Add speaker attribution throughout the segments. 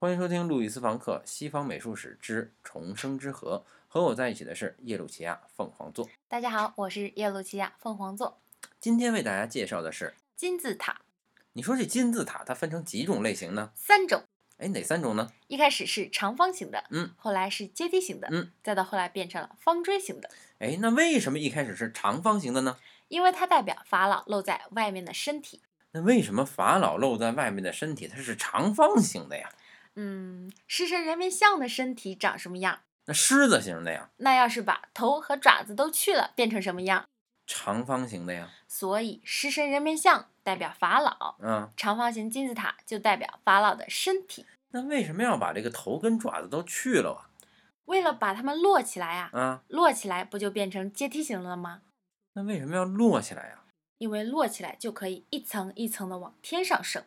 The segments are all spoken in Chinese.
Speaker 1: 欢迎收听《路易斯·房克：西方美术史之重生之河》，和我在一起的是耶鲁奇亚凤凰座。
Speaker 2: 大家好，我是耶路齐亚啊凤凰座
Speaker 1: 今天为大家介绍的是，
Speaker 2: 金字塔
Speaker 1: 你说这金字塔它分成几种类型呢？
Speaker 2: 三种，
Speaker 1: 哎，哪三种呢？
Speaker 2: 一开始是长方形的，
Speaker 1: 嗯，
Speaker 2: 后来是阶梯形的，
Speaker 1: 嗯，
Speaker 2: 再到后来变成了方锥形的，
Speaker 1: 哎，那为什么一开始是长方形的呢？
Speaker 2: 因为它代表法老露在外面的身体。
Speaker 1: 那为什么法老露在外面的身体它是长方形的呀？
Speaker 2: 嗯，狮身人面像的身体长什么样？
Speaker 1: 那狮子形的呀，
Speaker 2: 那要是把头和爪子都去了，变成什么样？
Speaker 1: 长方形的呀，
Speaker 2: 所以狮身人面像代表法老，
Speaker 1: 啊，
Speaker 2: 长方形金字塔就代表法老的身体。
Speaker 1: 那为什么要把这个头跟爪子都去了啊？
Speaker 2: 为了把它们摞起来啊，
Speaker 1: 啊，
Speaker 2: 摞起来不就变成阶梯形了吗？
Speaker 1: 那为什么要摞起来啊呀、
Speaker 2: 因为摞起来就可以一层一层的往天上升，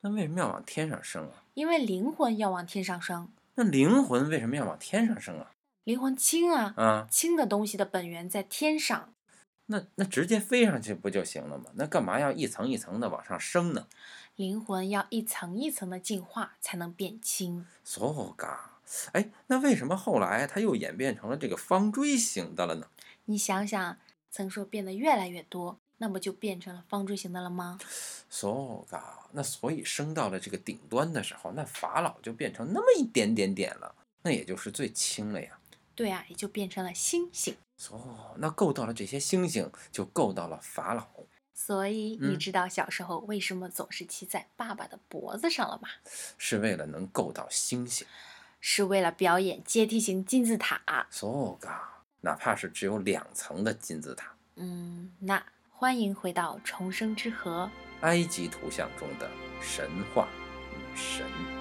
Speaker 1: 那为什么要往天上升啊？
Speaker 2: 因为灵魂要往天上升，
Speaker 1: 那灵魂为什么要往天上升啊？
Speaker 2: 灵魂轻啊，
Speaker 1: 啊，
Speaker 2: 轻的东西的本源在天上，
Speaker 1: 那那直接飞上去不就行了吗？那干嘛要一层一层的往上升呢？
Speaker 2: 灵魂要一层一层的进化才能变轻。
Speaker 1: so 嘎，哎，那为什么后来它又演变成了这个方锥形的了呢？
Speaker 2: 你想想，层数变得越来越多，那不就变成了方锥形的了吗？
Speaker 1: so 嘎，那所以升到了这个顶端的时候，那法老就变成那么一点点点了，那也就是最轻了呀。
Speaker 2: 对啊，也就变成了星星。
Speaker 1: 哦，那够到了这些星星，就够到了法老。
Speaker 2: 所以你
Speaker 1: 嗯
Speaker 2: 知道小时候为什么总是骑在爸爸的脖子上了吗？
Speaker 1: 是为了能够到星星。
Speaker 2: 是为了表演阶梯型金字塔。
Speaker 1: so ga，哪怕是只有两层的金字塔，
Speaker 2: 嗯，那欢迎回到重生之河。
Speaker 1: 埃及图像中的神话与神。